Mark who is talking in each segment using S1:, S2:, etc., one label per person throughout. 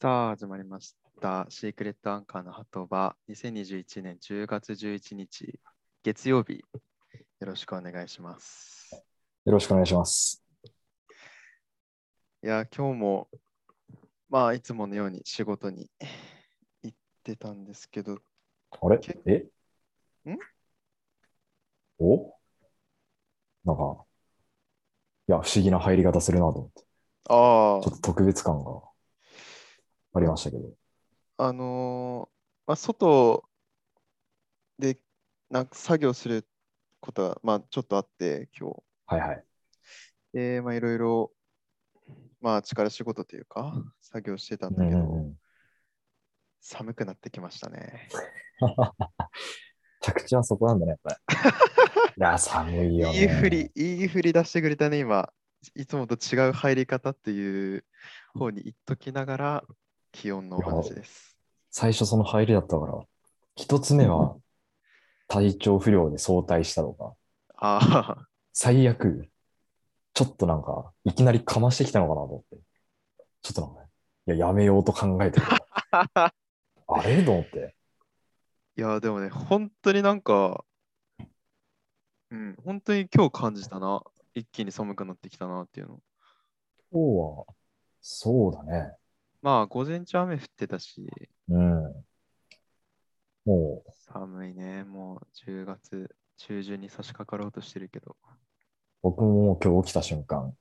S1: さあ、始まりました。シークレットアンカーの鳩場、2021年10月11日、月曜日、よろしくお願いします。
S2: よろしくお願いします。
S1: いや、今日も、まあ、いつものように仕事に行ってたんですけど、
S2: あれえ
S1: ん
S2: おなんか、いや、不思議な入り方するなと思って。
S1: あ
S2: あ。ちょっと特別感がありましたけど。
S1: あのー、まあ、外でなんか作業することが、まあ、ちょっとあって、今日。
S2: はいはい。
S1: で、まあ、いろいろ、まあ、力仕事というか、作業してたんだけど、うんうんうん、寒くなってきましたね。
S2: 着地はそこなんだね、や っぱり。いや、寒いよ、ね、
S1: いい振り、いい振り出してくれたね、今。いつもと違う入り方っていう方に言っときながら、気温のお話です。
S2: 最初その入りだったから、一つ目 は、体調不良で早退したとか、
S1: ああ、
S2: 最悪、ちょっとなんか、いきなりかましてきたのかなと思って、ちょっとなんか、いや、やめようと考えてる。あれと思って。
S1: いや、でもね、本当になんか、うん、本当に今日感じたな。一気に寒くなってきたなっていうの。
S2: 今日は、そうだね。
S1: まあ、午前中雨降ってたし。
S2: うん。もう。
S1: 寒いね。もう10月中旬に差し掛かろうとしてるけど。
S2: 僕も今日起きた瞬間、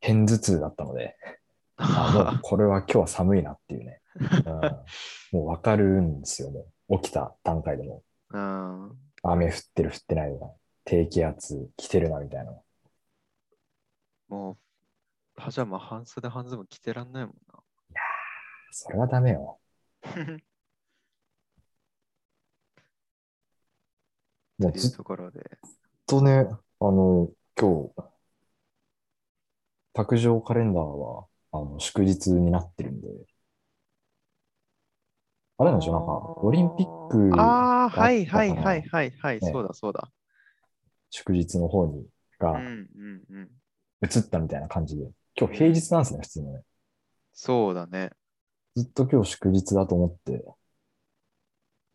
S2: 偏頭痛だったので、あもうこれは今日は寒いなっていうね。うん、もうわかるんですよ、もう。起きた段階でも。
S1: うん、
S2: 雨降ってる降ってないとか、低気圧来てるなみたいな。
S1: もうパジャマ半袖半ズボン着てらんないもんな。
S2: いやそれはダメよ。
S1: もうずっところで。
S2: とね、あの、今日、卓上カレンダーは、あの、祝日になってるんで、あれなんでしょう、なんか、オリンピック。
S1: ああ、はいはいはいはいはい、ね、そうだそうだ。
S2: 祝日の方に、が、う
S1: う
S2: ん
S1: んうん、
S2: 移ったみたいな感じで。今日平日なんですね、普通のね。
S1: そうだね。
S2: ずっと今日祝日だと思って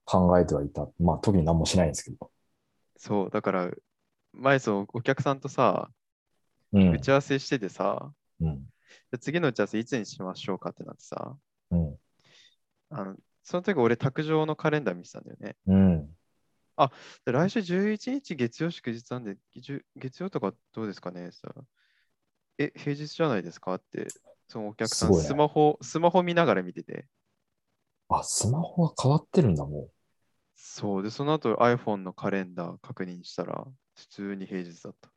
S2: 考えてはいた。まあ、特に何もしないんですけど。
S1: そう、だから、前そう、お客さんとさ、
S2: うん、
S1: 打ち合わせしててさ、
S2: うん、
S1: 次の打ち合わせいつにしましょうかってなってさ、
S2: うん、
S1: あのその時俺、卓上のカレンダー見てたんだよね。
S2: うん、
S1: あ、来週11日月曜祝日なんで、月曜とかどうですかねさえ、平日じゃないですかって、そのお客さん、スマホ、ね、スマホ見ながら見てて。
S2: あ、スマホは変わってるんだ、もう。
S1: そう、で、その後 iPhone のカレンダー確認したら、普通に平日だった。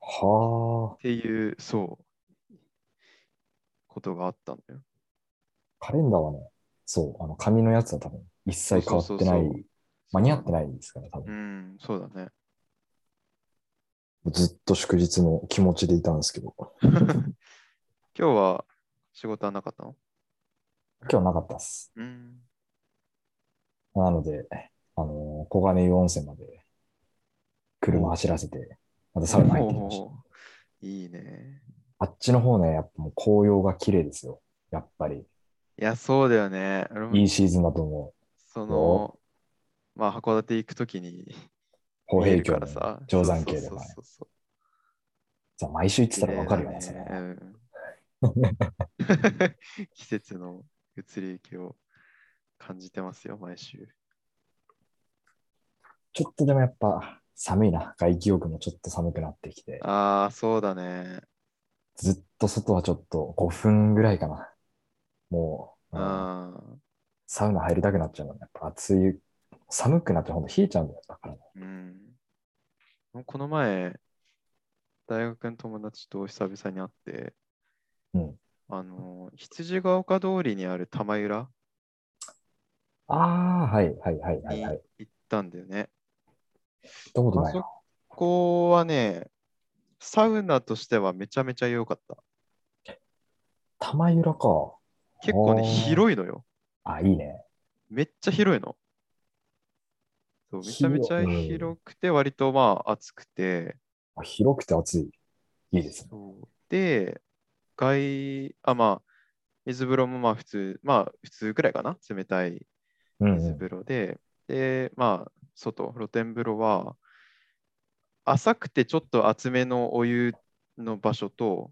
S2: はあ。
S1: っていう、そう、ことがあったんだよ。
S2: カレンダーはね、そう、あの、紙のやつは多分、一切変わってない。そうそうそうそう間に合ってないんですから、多分。
S1: うん、そうだね。
S2: ずっと祝日の気持ちでいたんですけど。
S1: 今日は仕事はなかったの
S2: 今日はなかったっす。
S1: うん、
S2: なので、あのー、小金湯温泉まで車走らせて、またサウナ入ってきました。
S1: いいね。
S2: あっちの方ね、やっぱもう紅葉が綺麗ですよ。やっぱり。い
S1: や、そうだよね。
S2: いいシーズンだと思う。
S1: その、まあ、函館行くときに
S2: 歩兵橋の定山系で、ね。じゃ毎週行ってたらわかるよね、それ。
S1: 季節の移り行きを感じてますよ、毎週。
S2: ちょっとでもやっぱ寒いな、外気浴もちょっと寒くなってきて。
S1: ああ、そうだね。
S2: ずっと外はちょっと5分ぐらいかな。も
S1: う、うん、
S2: サウナ入りたくなっちゃうの、ね、やっぱ暑い寒くなってほんと冷えちゃうんだよ、だから、ね。
S1: うん。この前、大学の友達と久々に会って、
S2: うん、
S1: あの、羊ヶ丘通りにある玉浦
S2: ああ、はい、はい、はい、はい。行
S1: ったんだよね。
S2: 行ったことないな。
S1: あそこはね、サウナとしてはめちゃめちゃ良かった。
S2: 玉浦か。
S1: 結構ね、広いのよ。
S2: あ、いいね。
S1: めっちゃ広いの。そうめちゃめちゃ広くて、割とまあ暑くて。
S2: うん、広くて暑い。いいですね。
S1: で、外、あ、まあ、水風呂もまあ普通、まあ普通くらいかな、冷たい
S2: うんう
S1: 水
S2: ん。
S1: 風呂で、で、まあ、外、露天風呂は、浅くてちょっと厚めのお湯の場所と、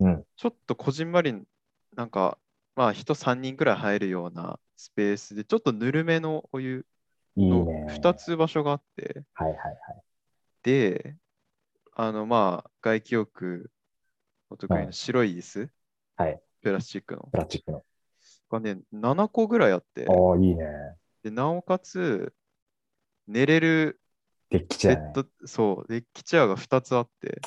S2: うん
S1: ちょっとこじんまり、なんか、まあ、人3人くらい入るようなスペースで、ちょっとぬるめのお湯
S2: いい
S1: の
S2: ね。
S1: 2つ場所があって、
S2: はいはい
S1: で、あの、まあ、外気浴お得意
S2: は
S1: の
S2: い
S1: 白い椅子、
S2: はい
S1: プラスチックの
S2: プ、ラスチックの。
S1: がね、7個ぐらいあって、
S2: ああ、いいね。
S1: でなおかつ、寝れる
S2: デッキチ
S1: ベ
S2: ェアね
S1: ッ。ド、そう、デッキチェアが2つあって、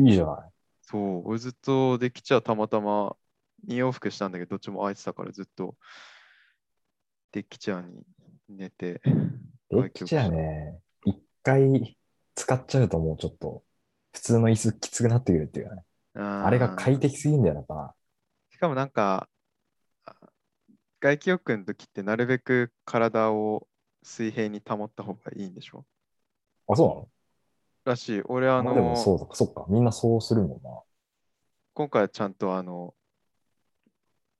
S2: いいじゃない。
S1: そう、俺ずっとデッキチェアたまたま2往復したんだけど、どっちも空いてたからずっとデッキチェアに寝て、
S2: デッキチェアね、一回使っちゃうともうちょっと、普通の椅子きつくなってくるっていうかね。
S1: あ
S2: あれが快
S1: いて
S2: 適すぎんだよな、やっぱな。
S1: しかもなんか、あ外気浴の時ってなるべく体を水平に保った方がいいんでしょ
S2: あ、そ
S1: らしい。俺は
S2: う
S1: あ
S2: なの、
S1: の、
S2: あ、でもそうだ、そっか。みんなそうするもんな。
S1: 今回はちゃんとあの、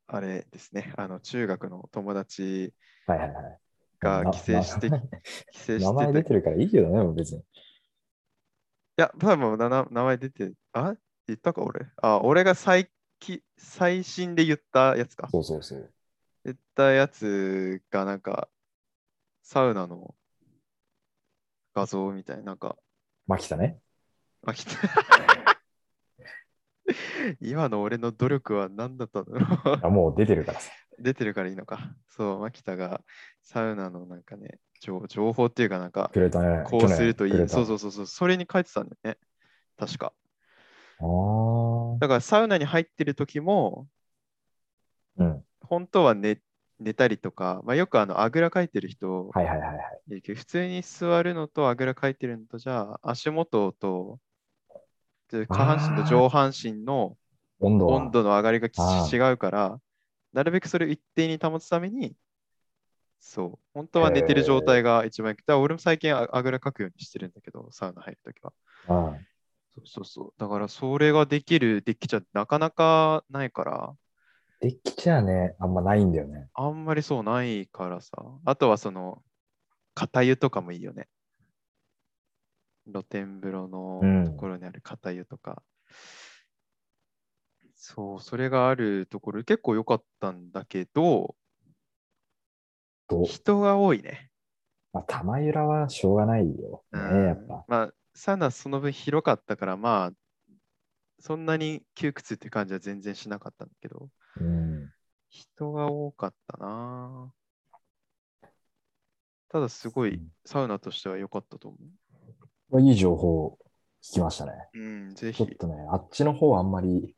S1: あれですね、あの中学の友達
S2: はいはいはい。
S1: が
S2: な
S1: 帰省して、
S2: な
S1: 帰省
S2: 名
S1: し
S2: 前
S1: て
S2: 出
S1: て、
S2: てるからいいけどね、もう別に。
S1: いや、多分なな名前出て、あ言ったか俺あ、俺が最近最新で言ったやつか。
S2: そうそうそう。
S1: 言ったやつがなんか、サウナの画像みたいな、なんか、
S2: マキタね。
S1: あ、来た。 今の俺の努力は何だったの
S2: あもう出てるからさ。
S1: 出てるからいいのか。そう、牧田がサウナのなんかね、情情報っていうかなんか、
S2: くれたね。
S1: こうするといい。そう
S2: う。
S1: そうそうそう、それに書いてたんだよね。確か。
S2: ああ。
S1: だからサウナに入ってる時も、
S2: うん。
S1: 本当は寝寝たりとか、まあ、よくあのあぐらかいてる人
S2: はいはいはいはい。
S1: いるけど、普通に座るのとあぐらかいてるのとじゃあ足元とで下半身と上半身の
S2: 温度は。
S1: 温度の上がりがき
S2: あ
S1: 違うから、なるべくそれを一定に保つために、そう、本当は寝てる状態が一番いい。だから俺も最近ああぐらかくようにしてるんだけど、サウナ入るときは。
S2: うん。
S1: そうそうそう。だからそれができるデッキじゃなかなかないから、
S2: デッキチェアね、あんまないんだよね。
S1: あんまりそうないからさ。あとはその、片湯とかもいいよね。露天風呂
S2: うん
S1: のところにある片湯とか。そう、それがあるところ、結構良かったんだけど、
S2: どう
S1: 人が多いね。
S2: まあ、玉揺らはしょうがないよ。ねやっぱ。
S1: まあ、サウナその分広かったから、まあ、そんなに窮屈って感じは全然しなかったんだけど、
S2: うん。
S1: 人が多かったなただすごいサウナとしては良かったと思
S2: まあ、いい情報聞きましたね。
S1: う。うん、ぜ
S2: ちょっ
S1: ひ。
S2: とね、あっちの方はあんまり、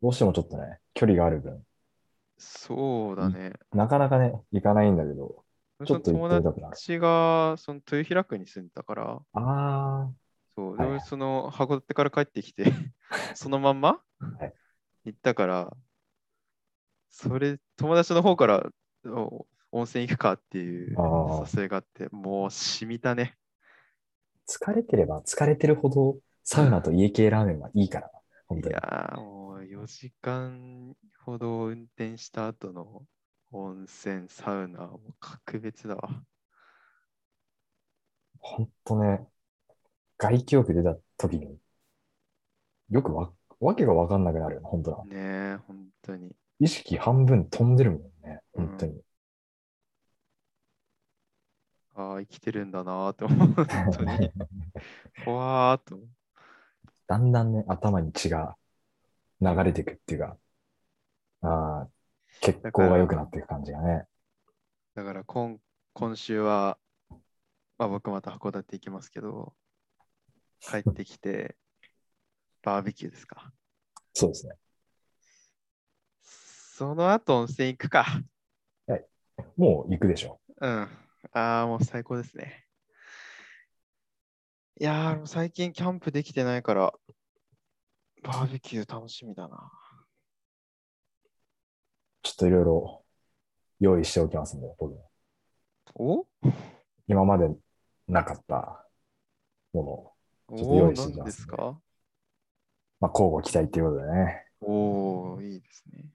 S2: どうしてもちょっとね、距離がある分、
S1: そうだね。
S2: なかなかね、行かないんだけど、ちょっと
S1: 友
S2: 行ってみたくなる。
S1: 達がその豊平区に住んでたから、
S2: あ
S1: そう、
S2: は
S1: で
S2: い
S1: 俺その函館から帰ってき て、そのまんま
S2: い
S1: 行ったから、それ、友達の方からお温泉行くかっていう
S2: あー
S1: 誘いがあって、もう染みたね。
S2: ー、疲れてれば疲れてるほど、サウナと家系ラーメンはいいからな、本
S1: い
S2: 当に。
S1: やー、もう4時間ほど運転した後の温泉、サウナ、もう格別だ わ。
S2: 本当ね、外気浴出た時に、よくわ、わけがわかんなくなるよね、本当だ。
S1: ねえ、本当に。
S2: 意識半分飛んでるもんね、
S1: うん
S2: 本当に。
S1: ああ、生きてるんだなーって思う。本当 に。ほわーっと。
S2: だんだんね、頭に血が流れていくっていうか、ああ、血行が良くなっていく感じがね。
S1: だから今今週は、まあ、僕また函館行きますけど、帰ってきて、バーベキューですか。
S2: そうですね。
S1: その後温泉行くか。
S2: もう行くでしょ。
S1: うん。ああ、もう最高ですね。いやー、もう最近キャンプできてないから、バーベキュー楽しみだな。
S2: ちょっといろいろ用意しておきますんで、僕も。
S1: お
S2: 今までなかったものを、ちょっと
S1: お
S2: 用
S1: お、
S2: 意して
S1: 何
S2: きますね
S1: ですか
S2: まあ、交互期待ということでね。
S1: おお、いいですね。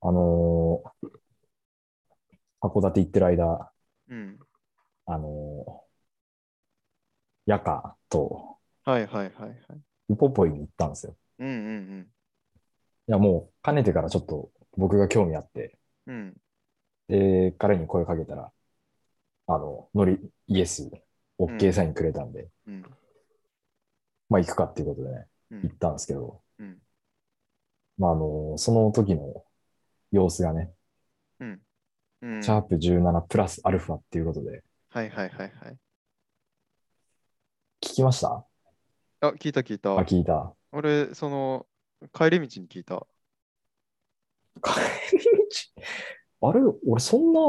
S2: あのー函館行ってる間、
S1: うん。
S2: あのーヤカと
S1: はいはいはいはい。
S2: ウポポイに行ったんですよ。
S1: うんうん
S2: いや、もう、かねてからちょっと僕が興味あって、
S1: うん。うん。
S2: で、彼に声かけたら、あの、ノリ、イエス、
S1: う
S2: OK
S1: ん
S2: サインくれたんで、
S1: うん。
S2: まあ行くかっていうことでね、
S1: う
S2: 行っ
S1: ん。
S2: たんですけど、
S1: うん。
S2: まああの、その時の様子がね、
S1: うん。うん。
S2: シャープ17プラスアルファっていうことで、
S1: はいはいはいはい。
S2: 聞きました
S1: あ、聞いた聞い
S2: あ、
S1: た。
S2: 聞いた。
S1: 俺、その、帰り道に聞いた。
S2: 帰り道あ れ俺そんな、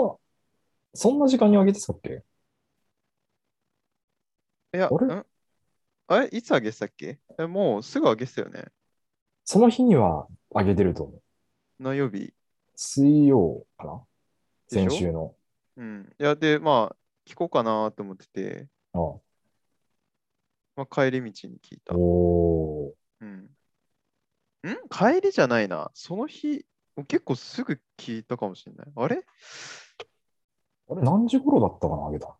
S2: そんな時間にあげてたっけ
S1: いや、
S2: あれ
S1: んあれいつあげてたっけえもうすぐあげてたよね。
S2: その日にはあげてると思う。
S1: 何曜日
S2: 水曜かな
S1: でしょ
S2: 先週の。
S1: うん。いや、で、まあ、聞こうかなと思ってて、
S2: あ
S1: まあ、帰り道に聞いた。
S2: おー
S1: うん。ん帰りじゃないな。その日、結構すぐ聞いたかもしれない。あれ
S2: あれ何時頃だったかなあげた。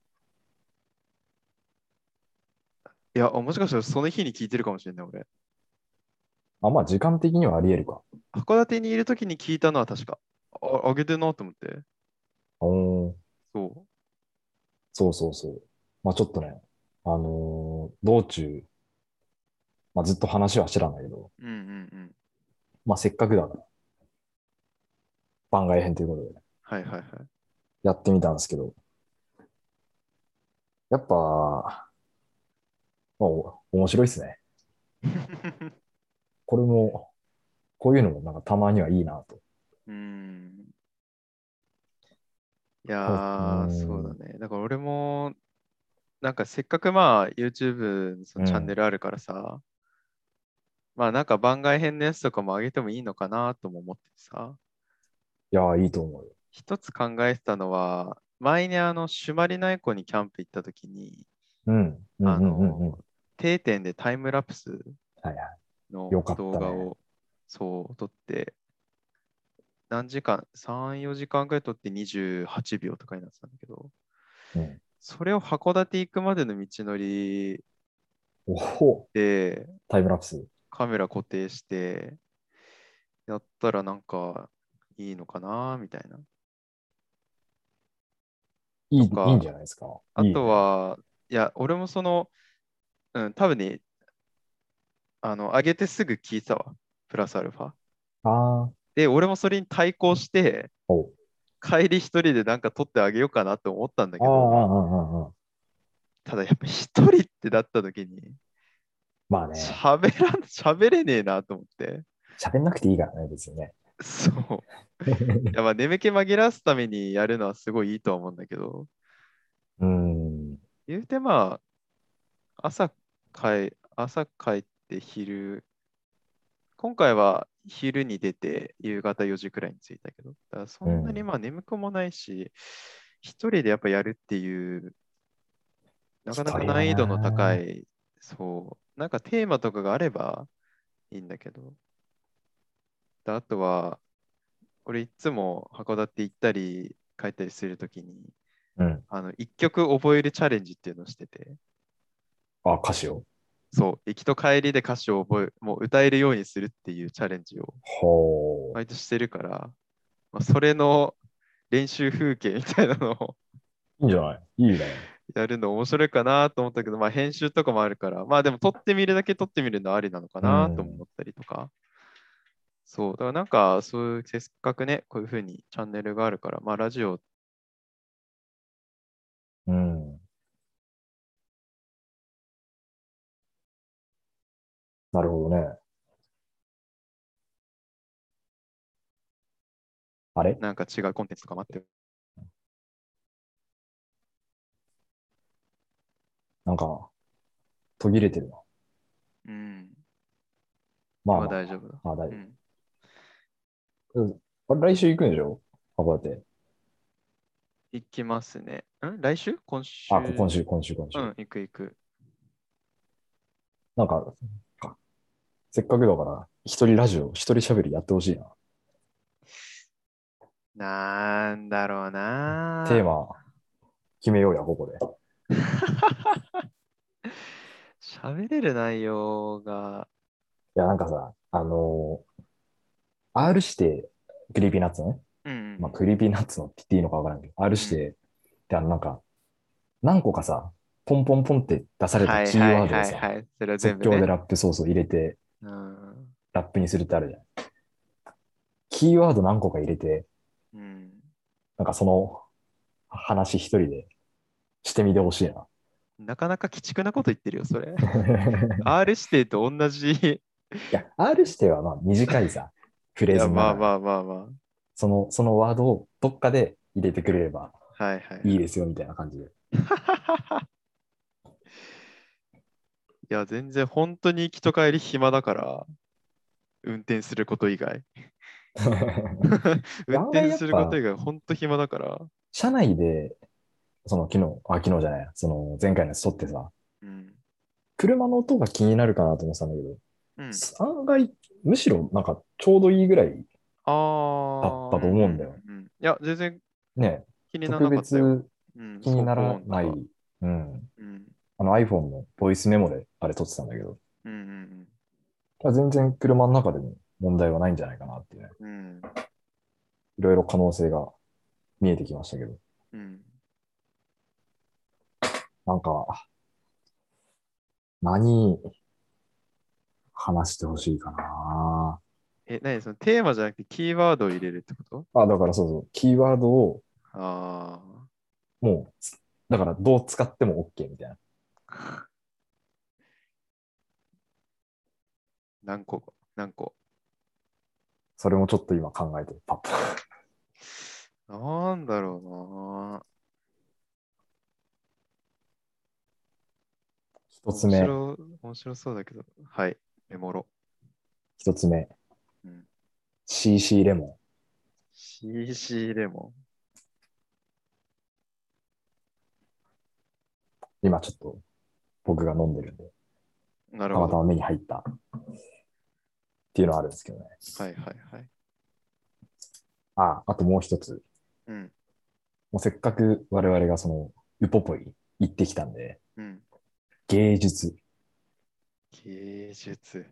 S1: いや、あもしかしたらその日に聞いてるかもしれない、俺。
S2: あ、まあ時間的にはあり得るか。
S1: 函館にいるときに聞いたのは確か。ああげてんなと思って。
S2: おー
S1: そ
S2: そうそうそう。まあちょっとね、あのー道中、まあずっと話はしてたんだけど、
S1: う。うんうんうん。
S2: まあせっかくだから、番外編ということで、
S1: はいはいはい。
S2: やってみたんですけど、やっぱ、まあお面白いっ すね。これも、こういうのもなんかたまにはいいなと。
S1: うん。いや
S2: うん
S1: ー、そうだね。だから俺も、なんかせっかくまあ YouTube のその
S2: うん
S1: チャンネルあるからさ、まあなんか番外編のやつとかも上げてもいいのかなとも思っててさ、
S2: いやー、いいと思うよ。
S1: 一つ考えてたのは、前にあの、朱鞠内湖にキャンプ行った時に、
S2: うん。うん
S1: あ
S2: うんうんうん。
S1: の、定点でタイムラプス
S2: はいはい。
S1: の
S2: よかったね
S1: 動画を、そう撮って、何時間、3、4時間くらい撮って28秒とかになってたんだけど、
S2: うん
S1: それを函館行くまでの道のり
S2: おほ
S1: で
S2: タイムラプス。
S1: カメラ固定して、やったらなんかいいのかなみたいな。
S2: いい、いい
S1: とか
S2: んじゃないですか。
S1: あ
S2: いいね
S1: と、は、いや、俺もその、うん、多分ね、あの、上げてすぐ聞いたわ、プラスアルファ。
S2: ああ、
S1: で、俺もそれに対抗して
S2: お、
S1: 帰り一人でなんか撮ってあげようかなと思ったんだけ
S2: ああ、ああ、
S1: ど、
S2: ああ、ああ。
S1: ただやっぱ一人ってなった時に、
S2: まあね、
S1: 喋らん、喋れねえなと思って。
S2: 喋んなくていいからね、別にね。
S1: そう。いやまあ眠気紛らわすためにやるのはすごいいいとは思うんだけど、
S2: うーん。
S1: 言うてまあ、朝帰、朝帰って昼、今回は昼に出て夕方4時くらいに着いたけど、だからそんなに
S2: うん
S1: まあ眠くもないし、一人でやっぱやるっていう、なかなか
S2: 一人はな
S1: 難易度の高い、そう、なんかテーマとかがあればいいんだけど、であとは、俺いつも函館行ったり帰ったりするときに、
S2: うん。
S1: あの、一曲覚えるチャレンジっていうのをしてて、
S2: あ、歌詞を。
S1: そう、行きと帰りで歌詞を覚える、もう歌えるようにするっていうチャレンジを
S2: ほう。
S1: 毎年してるから、まあ、それの練習風景みたいなのを
S2: いいんじゃないいいね。
S1: やるの面白いかなと思ったけど、まあ編集とかもあるから、まあでも撮ってみるだけ撮ってみるのありなのかなとも思ったりとか、そう、だからなんかそういうせっかくね、こういうふうにチャンネルがあるから、まあラジオ
S2: うん。なるほどね。あれ
S1: なんか違うコンテンツとか待ってる
S2: なんか、途切れてるな。
S1: うん、
S2: まあ、
S1: まあ
S2: まあ
S1: 大丈夫だ。
S2: あ、大
S1: う
S2: 丈
S1: ん
S2: 夫。あれ来週行くんでしょ函館。
S1: 行きますね。ん来週今週
S2: あ、こ今週、今週、今週。
S1: うん、行く行く。
S2: なんか、かせっかくだから、一人ラジオ、一人喋りやってほしいな。
S1: なんだろうな。
S2: テーマ決めようや、ここで。
S1: 喋れる内容が。
S2: いや、なんかさ、あのー R 指定、クリーピーナッツのね。
S1: うん、
S2: まあ、クリーピーナッツのって言っていいのかわからんけど、R 指定ってあの、なんか、何個かさ、ポンポンポンって出され
S1: は
S2: た
S1: い
S2: キ
S1: は
S2: ー
S1: い
S2: ワ
S1: は
S2: ードを
S1: い
S2: さ、
S1: はい。それは全
S2: 即
S1: 部、
S2: 興で
S1: ね。
S2: ラップソースを入れて、
S1: うん。
S2: ラップにするってあるじゃん。キーワード何個か入れて、
S1: うん。
S2: なんかその話一人でしてみてほ しいな。
S1: なかなか鬼畜なこと言ってるよ、それ。R 指定と同 じ。
S2: いや、R 指定はまあ短いさ、フ
S1: い
S2: レー
S1: や、
S2: ズに
S1: ま
S2: な
S1: あ
S2: る
S1: まあまあま
S2: その、そのワードをどっかで入れてくれれば
S1: あ。はいはい。
S2: いいですよみたいな感じで。
S1: いや、全然本当に行きと帰り暇だから、運転すること以外。
S2: や
S1: 運転すること以外、本当暇だから。
S2: 社内で、その昨日、あ、昨日じゃない、その前回のやつ撮ってさ、
S1: うん。
S2: 車の音が気になるかなと思ってたんだけど、
S1: うん、
S2: 案外、むしろなんかちょうどいいぐらい、
S1: ああ。
S2: だったと思うんだよ
S1: ううんいや、全然
S2: ね、
S1: 気になら
S2: 特
S1: なかったよ。
S2: 別
S1: うん
S2: 気にならない、
S1: そう
S2: うん。
S1: うん。
S2: あの iPhone のボイスメモであれ撮ってたんだけど、
S1: うんうん
S2: 全然車の中でも問題はないんじゃないかなっていうね、
S1: うん。うん
S2: いろいろ可能性が見えてきましたけど、
S1: うん。
S2: なんか、何話してほしいかな。
S1: え、何そのテーマじゃなくてキーワードを入れるってこと
S2: あ、だからそうそう、キーワードを
S1: ああ。
S2: もうつ、だからどう使っても OK みたいな。
S1: 何個何個
S2: それもちょっと今考えてる、パッと。
S1: なんだろうな
S2: 一つ目
S1: 面、白。面白そうだけど。はい。メモロ。
S2: 一つ目
S1: うん。
S2: CC レモ
S1: CC レモ
S2: ン。今ちょっと僕が飲んでるんで、
S1: ン。な
S2: た
S1: るほ
S2: また
S1: ど。
S2: ま目に入ったっていうのはあるんですけどね。
S1: はいはいはい。
S2: あ、あともう一つ。
S1: うん。
S2: もうせっかく我々がその、ウポポイ行ってきたんで、
S1: うん。
S2: 芸術。
S1: 芸術。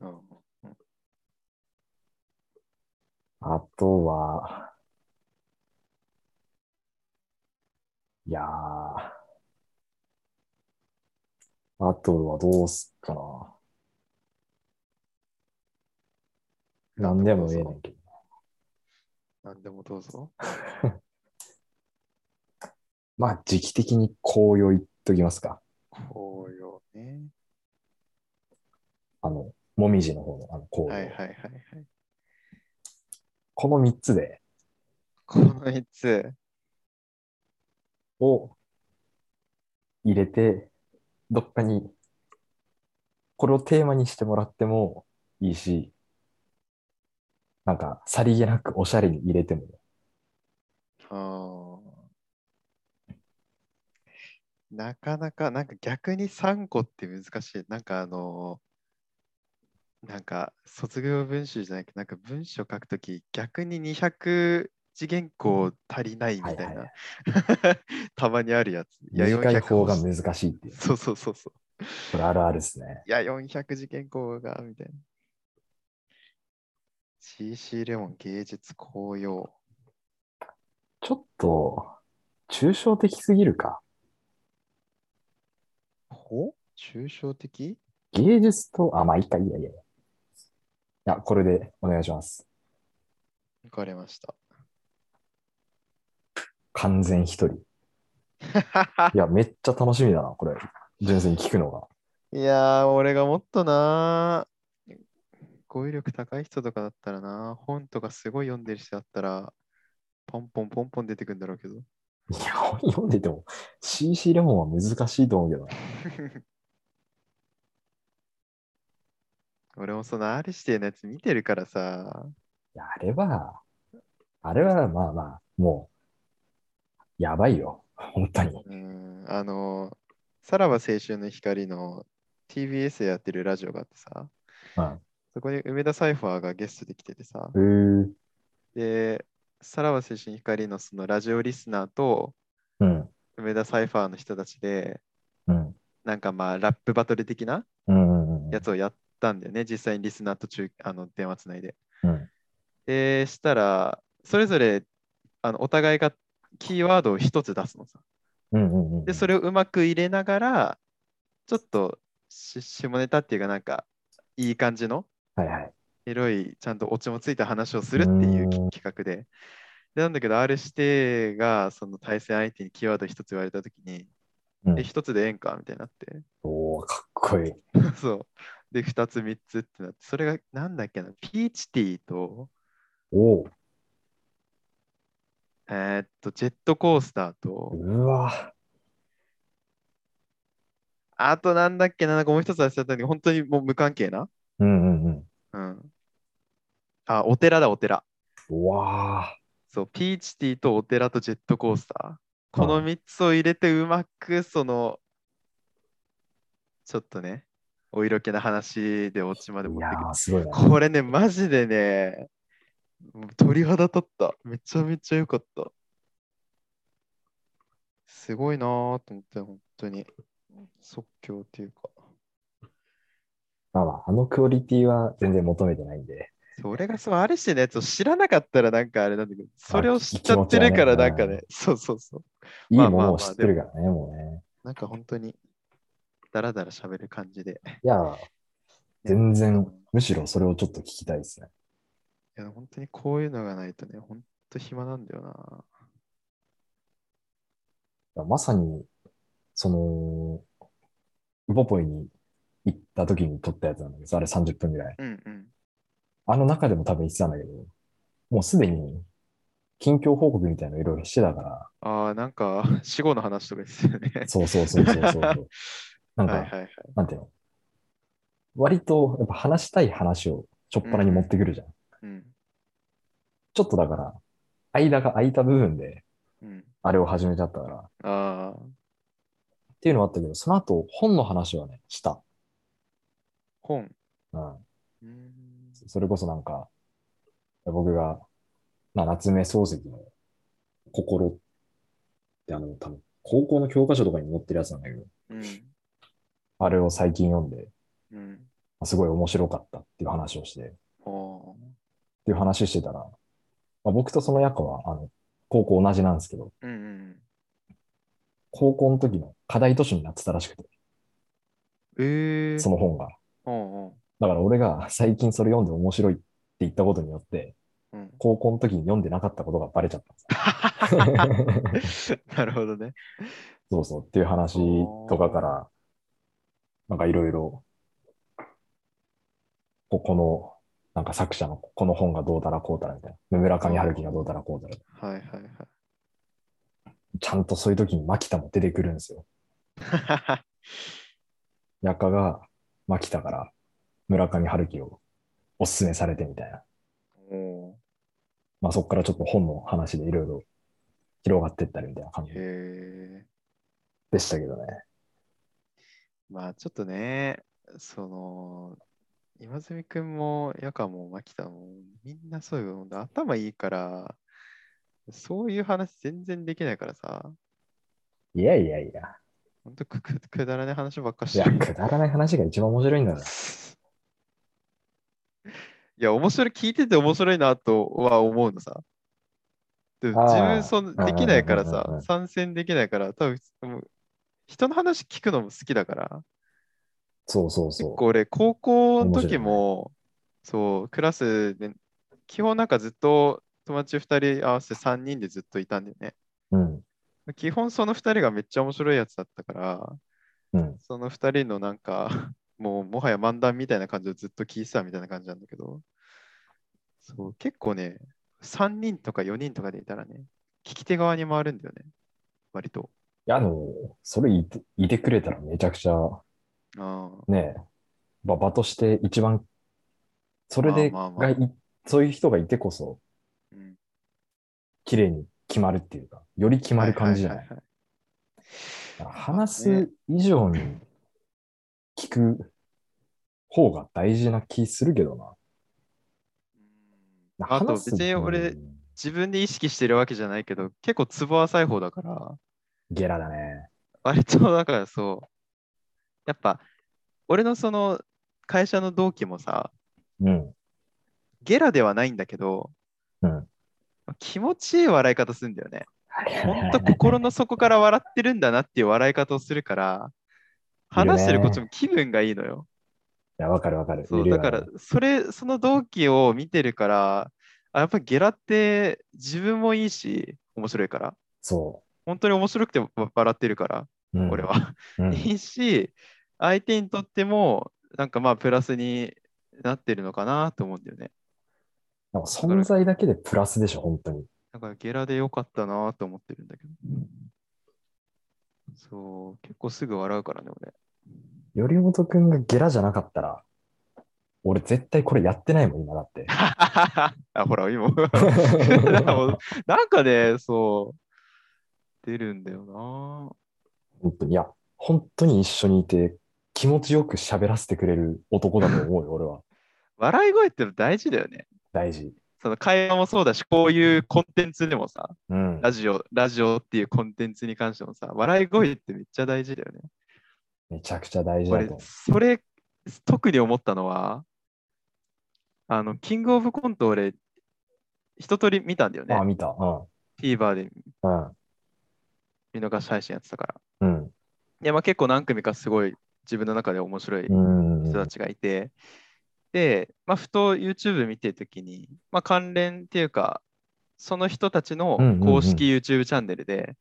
S1: うん。
S2: あとは、いやー。あとはどうすっかな。なんでもええねんけど。
S1: 何でもどう ぞ。
S2: まあ、時期的に紅葉行っときますか。
S1: 紅葉ね。
S2: あの、もみじの方のあの紅
S1: は
S2: 葉。
S1: いはいはいはい。
S2: この3つで、
S1: この3つ。
S2: を入れて、どっかに、これをテーマにしてもらってもいいし、なんか、さりげなくおしゃれに入れても、
S1: ああ。なかなか、なんか逆に3個って難しい。なんかあのーなんか卒業文集じゃなくて、なんか文章書くとき、逆に200字原稿足りないみたいな。
S2: はいはいは
S1: たまにあるやつ。いや、
S2: 短い方が
S1: 400
S2: 難しいっていう。
S1: そうそうそうそう。
S2: これあるあるですね。
S1: いや、400字原稿が、みたいな。CC レモン芸術紅葉。
S2: ちょっと、抽象的すぎるか。
S1: ほ抽象的
S2: 芸術と、あ、まあ、いいか、いいや、いいや。いや、これでお願いします。
S1: わかりました。
S2: 完全一人。いや、めっちゃ楽しみだな、これ。純粋に聞くのが。
S1: いやー、俺がもっとなー、語彙力高い人とかだったらな、本とかすごい読んでる人だったら、ポンポンポンポン出てくるんだろうけど。
S2: いや、読んでても、CC レモンは難しいと思うけどな。
S1: 俺もその R 指定のやつ見てるからさ、
S2: いや、あれは、あれはまあまあ、もう、やばいよ。本当に。
S1: うん、あの、さらば青春の光の TBS でやってるラジオがあってさ、
S2: うん
S1: そこに梅田サイファーがゲストで来ててさ、
S2: えー、
S1: で、さらば青春光のそのラジオリスナーと
S2: うん、
S1: 梅田サイファーの人たちで、
S2: うん、
S1: なんかまあラップバトル的な
S2: うん、うん、
S1: やつをやったんだよね、実際にリスナーと中あの電話つないで。
S2: うん、
S1: で、したら、それぞれあのお互いがキーワードを一つ出すのさ。
S2: うん、うん、うん。
S1: で、それをうまく入れながら、ちょっとし下ネタっていうか、なんかいい感じの
S2: はいはい。
S1: エロい、ちゃんとオチもついた話をするっていう
S2: うん
S1: き企画で。でなんだけど、R 指定がその対戦相手にキーワード一つ言われたときに、
S2: うん
S1: え、一つでええんかみたいになって。
S2: おおかっこいい。
S1: そう。で、二つ、三つってなって、それがなんだっけな、ピーチティーと、
S2: おお
S1: えーっと、ジェットコースターと、
S2: うわ
S1: あとなんだっけな、なんかもう一つ忘れちゃったんだけど、本当にもう無関係な。
S2: うん、うん、うん。
S1: うん。あ、お寺だ、お寺。
S2: うわあ
S1: そう、ピーチティーとお寺とジェットコースター。こ
S2: は
S1: の
S2: い
S1: 3つを入れてうまく、その、ちょっとね、お色気な話でオチまで
S2: い
S1: 持っ
S2: や
S1: てく
S2: ー、すごいな。
S1: る。これね、マジでね、もう鳥肌立った。めちゃめちゃ良かった。すごいなーと思って、本当に。即興っていうか。
S2: まあまあ、あのクオリティは全然求めてないんで。
S1: それがそう、あるしね、そう知らなかったらなんかあれなんだけど、それを知っち
S2: 気
S1: ゃ
S2: 持
S1: っ
S2: ち
S1: て
S2: はね
S1: るからなんか
S2: う
S1: ね、そうそうそう。
S2: いい
S1: まあ
S2: もの
S1: まあまあ
S2: を知ってるからね、もうね。
S1: なんか本当に、だらだら喋る感じで。
S2: いやー、全然、むしろそれをちょっと聞きたいですね。
S1: いや本当にこういうのがないとね、本当暇なんだよな。
S2: まさに、その、ウポポイに行った時に撮ったやつなんだけど、あれ30分ぐらい。
S1: うんうん。
S2: あの中でも多分言ってたんだけど、もうすでに、近況報告みたいのいろいろしてたか
S1: ああ、なんか、死後の話とかですよね
S2: ら、。そうそうそうそうそう そう。なんか、
S1: はいはいはい。
S2: なんていうの割と、やっぱ話したい話をちょっぱらに持ってくるじゃん。
S1: うん。
S2: ちょっとだから、間が空いた部分で、
S1: うん、
S2: あれを始めちゃったから、っ
S1: ああ、
S2: ていうのはあったけど、その後、本の話はね、した。
S1: 本。
S2: うん。
S1: うん
S2: それこそなんか、僕が、まあ、夏目漱石の心ってあの、多分、高校の教科書とかに載ってるやつなんだけど、
S1: うん。
S2: あれを最近読んで、
S1: うん。
S2: まあすごい面白かったっていう話をして、
S1: おー
S2: っていう話してたら、まあ、僕とその役は、あの、高校同じなんですけど、
S1: うんうん。
S2: 高校の時の課題図書になってたらしくて、
S1: ええー。
S2: その本が。
S1: おう
S2: だから俺が最近それ読んで面白いって言ったことによって、
S1: おう うん。
S2: 高校の時に読んでなかったことがバレちゃったんですよ
S1: なるほどね。
S2: そうそうっていう話とかから、なんかいろいろ、ここの、なんか作者のこの本がどうたらこうたらみたいな、村上春樹がどうたらこうたら、
S1: はいはいはい。
S2: ちゃんとそういう時に牧田も出てくるんですよ。やかが、まあ、来たから、村上春樹をおすすめされてみたいな。
S1: お
S2: まあ、そこからちょっと本の話でいろいろ広がってったりみたいな感じ
S1: へえ
S2: でしたけどね。
S1: まあちょっとね、その、今住くんも、やかも、牧田も、みんなそういうの、頭いいから、そういう話全然できないからさ、
S2: いやいやいや。
S1: ほんとくくくだらない話ばっか
S2: い
S1: して
S2: や、
S1: る。
S2: くだらない話が一番面白いんだから。
S1: いや、面白い、聞いてて面白いなとは思うのさ。で
S2: あー
S1: も自分そん
S2: うん
S1: できないから
S2: うんうんうんう
S1: さ、
S2: ん
S1: 参戦できないから、多分もう人の話聞くのも好きだから。
S2: そうそう
S1: 結
S2: そ
S1: 構俺、高校の
S2: 面白い
S1: 時
S2: ね
S1: も、そう、クラスで、基本なんかずっと友達2人合わせて3人でずっといたんだよね。
S2: う。うん。
S1: 基本その2人がめっちゃ面白いやつだったから、
S2: うん。
S1: その2人のなんか、 もうもはや漫談みたいな感じをずっと聞いてたみたいな感じなんだけど、そう、結構ね、3人とか4人とかでいたらね、聞き手側に回るんだよね、割と。
S2: いや、あの、それいていてくれたらめちゃくちゃ、
S1: ああ
S2: ね、ば場として一番、それで、
S1: まあまあまあ
S2: がいそういう人がいてこそ、
S1: うん
S2: 綺麗に決まるっていうか、より決まる感じじゃない
S1: は。いはいはい
S2: 話す以上に聞く方が大事な気するけどな。
S1: あと
S2: 話す
S1: 別に俺
S2: うん
S1: 自分で意識してるわけじゃないけど、結構ツボ浅い方だから、
S2: ゲラだね。
S1: 割とだからそう、やっぱ俺のその会社の同期もさ、
S2: うん。
S1: ゲラではないんだけど、
S2: うん
S1: 気持ちいい笑い方するんだよね。本当心の底から笑ってるんだなっていう笑い方をするから、
S2: いるね
S1: 話してるこっちも気分がいいのよ。
S2: いや、わかるわかる。
S1: そう
S2: いるよ
S1: だ
S2: ね
S1: から、それ、その同期を見てるから、あやっぱゲラって自分もいいし、面白いから。
S2: そ
S1: 本当に面白くてわ笑ってるから、
S2: う。うん
S1: 俺。は。
S2: うん
S1: いいし、相手にとっても、なんかまあ、プラスになってるのかなと思うんだよね。
S2: なんか存在だけでプラスでしょ、本当に。
S1: だからゲラでよかったなと思ってるんだけど。そう、結構すぐ笑うからね、俺。
S2: 頼本くんがゲラじゃなかったら、俺絶対これやってないもん、今だ って。
S1: あ、ほら、今。なんかもうなんかね、そう、出るんだよ
S2: 本当に、いや、本当に一緒にいて、気持ちよく喋らせてくれる男だと思 うよ、俺は。
S1: な。笑い声っての大事だよね。
S2: 大事。
S1: その会話もそうだし、こういうコンテンツでもさ、
S2: うん。
S1: ラジオ、ラジオっていうコンテンツに関してもさ、笑い声ってめっちゃ大事だよね。
S2: めちゃくちゃ大事だ
S1: 俺
S2: と思、
S1: それ、特に思ったのは、あの、キングオブコント俺、一通り見たんだよ
S2: う。ああ、
S1: ね。
S2: 見た。う
S1: TVer で
S2: ん。
S1: 見逃し配信やってたから。
S2: うん。
S1: いや、まあ結構何組かすごい自分の中で面白い
S2: うん。うん
S1: 人たちがいて、で、まあ、ふと YouTube 見てるときに、まあ、関連っていうか、その人たちの
S2: うんうんうん
S1: 公式 YouTube チャンネルで、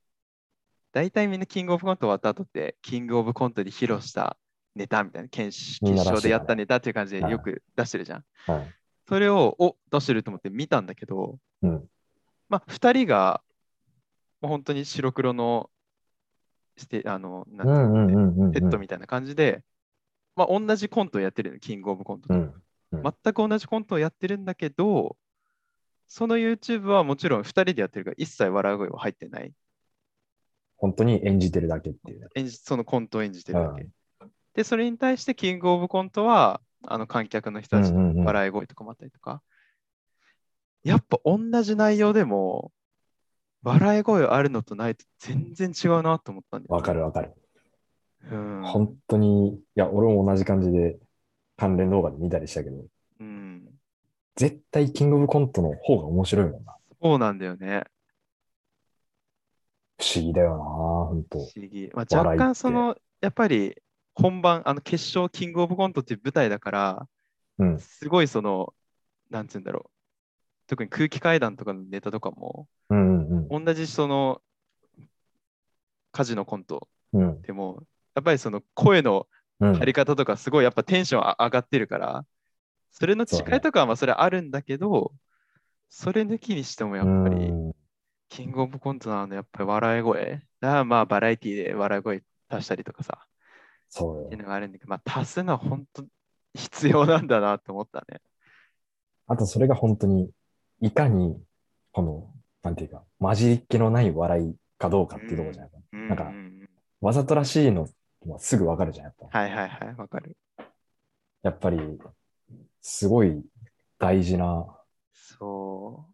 S1: 大体みんなキングオブコント終わった後って、キングオブコントで披露したネタみたいな、検し
S2: みん
S1: 決
S2: ならし
S1: 勝で
S2: いよね
S1: やったネタっていう感じでよく出してるじゃん。
S2: はい
S1: それを、お出してると思って見たんだけど、
S2: うん
S1: まあ、2人が、もう本当に白黒の、して、あの、なんていう
S2: う
S1: の
S2: んうんうんうん。
S1: ペットみたいな感じで、まあ、同じコントをやってるの、キングオブコントと、
S2: うん。
S1: 全く同じコントをやってるんだけど、その YouTube はもちろん2人でやってるから一切笑い声は入ってない。
S2: 本当に演じてるだけっていうね。
S1: 演じそのコントを演じてるだけ。
S2: う
S1: で、それに対してキングオブコントはあの観客の人たち
S2: うんうんう
S1: の
S2: ん
S1: 笑い声とかもあったりとか。やっぱ同じ内容でも笑い声あるのとないと全然違うなと思ったんだよね。
S2: わかるわかる。
S1: うん
S2: 本当に、いや、俺も同じ感じで関連動画で見たりしたけど、
S1: うん。
S2: 絶対キングオブコントの方が面白いもんな。
S1: そうなんだよね。
S2: 不思議だよな、本当
S1: 不思議。まあ、
S2: 笑い
S1: 若
S2: って
S1: 干その、やっぱり本番、あの決勝、キングオブコントっていう舞台だから、
S2: うん。
S1: すごいその、なんて言うんだろう。特に空気階段とかのネタとかも、
S2: うんうん
S1: 同じその、火事のコント
S2: うん。うん
S1: でも、やっぱりその声の
S2: うん。
S1: 張り方とか、すごいやっぱテンションあ上がってるから、それの
S2: そうだ
S1: 違
S2: ね
S1: いとかはまあそれあるんだけど、それ抜きにしてもやっぱり、
S2: うん
S1: キングオブコントなのやっぱり笑い声。だからまあバラエティで笑い声足したりとかさ、
S2: そうよ
S1: っていうのがあるんだけど、まあ足すのは本当必要なんだなと思ったね。
S2: あとそれが本当に、いかに、この、なんていうか、混じりっ気のない笑いかどうかっていうところじゃないか。
S1: うん
S2: なんか
S1: うんうん
S2: わざとらしいのはすぐわかるじゃん、やっぱ。
S1: はいはいはい、わかる。
S2: やっぱり、すごい大事な
S1: そ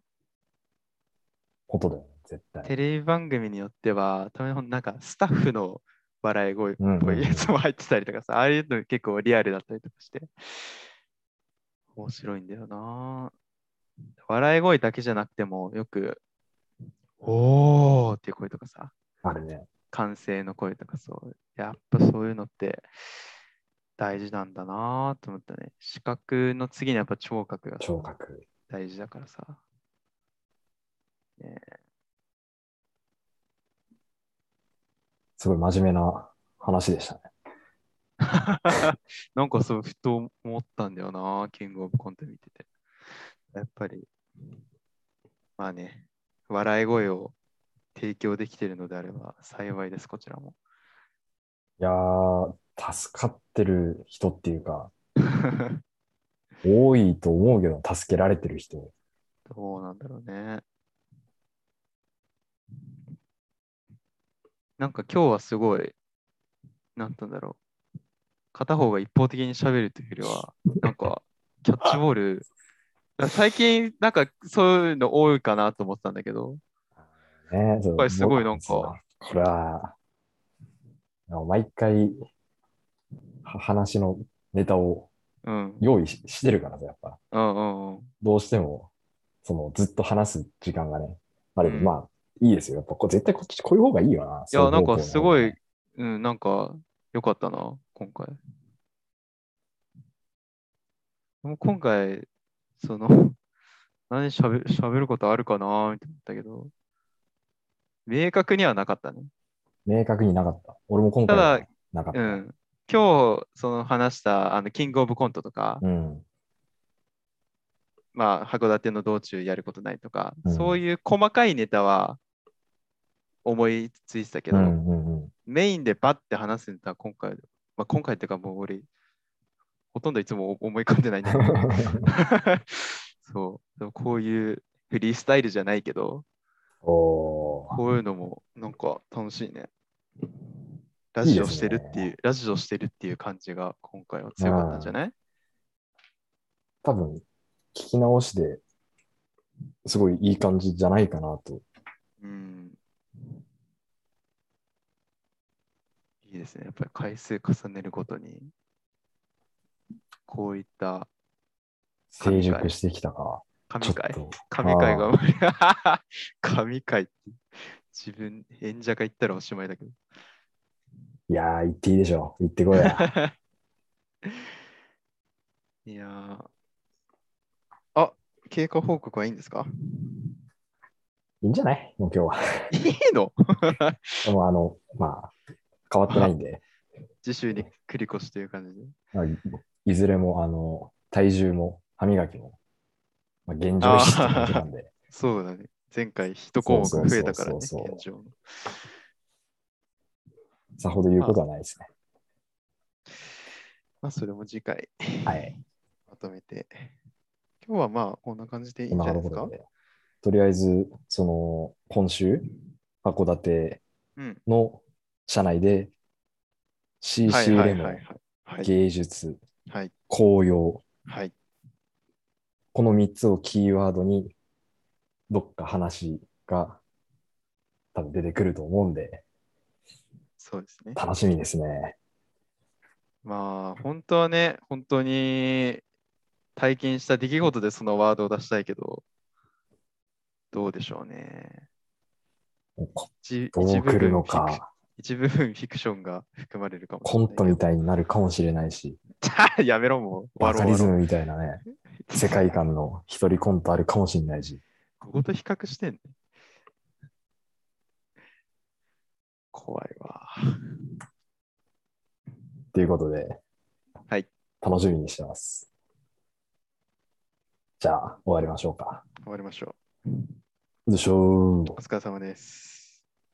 S2: ことだよね、絶
S1: う。
S2: 対。
S1: テレビ番組によっては、たまにほんとなんかスタッフの笑い声っ
S2: うんうん
S1: ぽ
S2: うん
S1: いやつも入ってたりとかさ、ああいうの結構リアルだったりとかして、面白いんだよな。笑い声だけじゃなくても、よく、おーっていう声とかさ、
S2: あるね。
S1: 歓声の声とかそう、やっぱそういうのって大事なんだなぁと思ったね。視覚の次にやっぱ聴覚がさ
S2: 聴覚。
S1: 大事だからさ。 ねえ
S2: すごい真面目な話でしたね。
S1: なんかそう、ふと思ったんだよな、キングオブコント見てて。やっぱり、まあね、笑い声を提供できているのであれば幸いです、こちらも。
S2: いやー、助かってる人っていうか、多いと思うけど、助けられてる人。
S1: どうなんだろうね。なんか今日はすごい、なんて言うんだろう。片方が一方的に喋るというよりは、なんか、キャッチボール、最近、なんか、そういうの多いかなと思ってたんだけど、
S2: ね、
S1: やっぱりすごいなんか。
S2: これは、なんか毎回、は話のネタを
S1: うん、
S2: 用意ししてるからさ、やっぱ。
S1: うんうんうん。
S2: どうしても、その、ずっと話す時間がね、あれば、
S1: うん
S2: まあ、いいですよ。やっぱ、こ絶対こっち、こういう方がいいよ
S1: い
S2: な。そう
S1: や、
S2: う
S1: なん
S2: 方
S1: か
S2: 向の
S1: すごい。、うん、なんか良かったな、今回。でも今回、その、 何しゃべしゃべることあるかなって思ったけど、明確にはなかったね。
S2: 明確になかった。俺も今回
S1: た
S2: は
S1: だ
S2: なかった。
S1: うん。今日、その話した、あの、キングオブコントとか、
S2: うん。
S1: まあ、函館の道中やることないとか、
S2: うん
S1: そういう細かいネタは思いついてたけ
S2: う
S1: ど、
S2: んうん うん。
S1: メインでバッて話すネタは今回、まあ、今回っていうかもう俺、ほとんどいつも思い浮かんでないんだけど、 そう、でもこういうフリースタイルじゃないけど、
S2: おー
S1: こういうのもなんか楽しいね。ラジオしてるっていう、
S2: いい
S1: ラジオしてるっていう感じが今回は強かったんじゃない
S2: 多分、聞き直しで、すごいいい感じじゃないかなと。
S1: うん。いいですね。やっぱり回数重ねるごとに、こういった
S2: 成熟してきたか。ち
S1: 神
S2: ょっ
S1: 回。
S2: と。
S1: 神回が生まれ 神回って、自分、演者が言ったらおしまいだけど。
S2: いやー、言っていいでしょう。言ってこい や。
S1: いやーあ、経過報告はいいんですか
S2: いいんじゃないもう今日は。
S1: いいの
S2: でもあの、まあ、変わってないんで、
S1: 次週に繰り越しという感じで。
S2: まあいいずれも、あの、体重も歯磨きも、まあ、現状維持って感じなんで、
S1: そうだね。前回一項目
S2: そうそうそうそう
S1: 増えたからね、現状の。
S2: さほど言うことはないですね。
S1: まあ、それも次回
S2: はい。
S1: まとめて。今日はまあ、こんな感じでいいんじ
S2: 今
S1: ゃない
S2: の
S1: で
S2: こ
S1: すか
S2: とで。とりあえず、その、今週、函館
S1: うん。
S2: の社内で、
S1: はい
S2: CC
S1: は
S2: レ
S1: い
S2: モ
S1: は
S2: ン
S1: い、。はい。
S2: 芸術、
S1: はい。
S2: 紅葉、
S1: はい。
S2: この3つをキーワードに、どっか話が多分出てくると思うんで、
S1: そうですね。
S2: 楽しみですね。
S1: まあ、本当はね、本当に体験した出来事でそのワードを出したいけど、どうでしょうね。じ
S2: どう来るの
S1: フィク
S2: か、
S1: 一部分フィクションが含まれるかもしれ
S2: コ
S1: ない
S2: ン
S1: けど。
S2: トみたいになるかもしれないし、
S1: い。 やめろ、もう。
S2: バ
S1: 終わ
S2: カ
S1: ろう
S2: リズ
S1: 終わろ
S2: ムみたいなね、
S1: う
S2: 世界観の一人コントあるかもしれないし、
S1: ここと比較してんね。怖いわ。
S2: ということで、
S1: はい。
S2: 楽しみにしてます。じゃあ、終わりましょうか。
S1: 終わりましょ
S2: どうでしょ
S1: う。
S2: う
S1: お疲れ様です。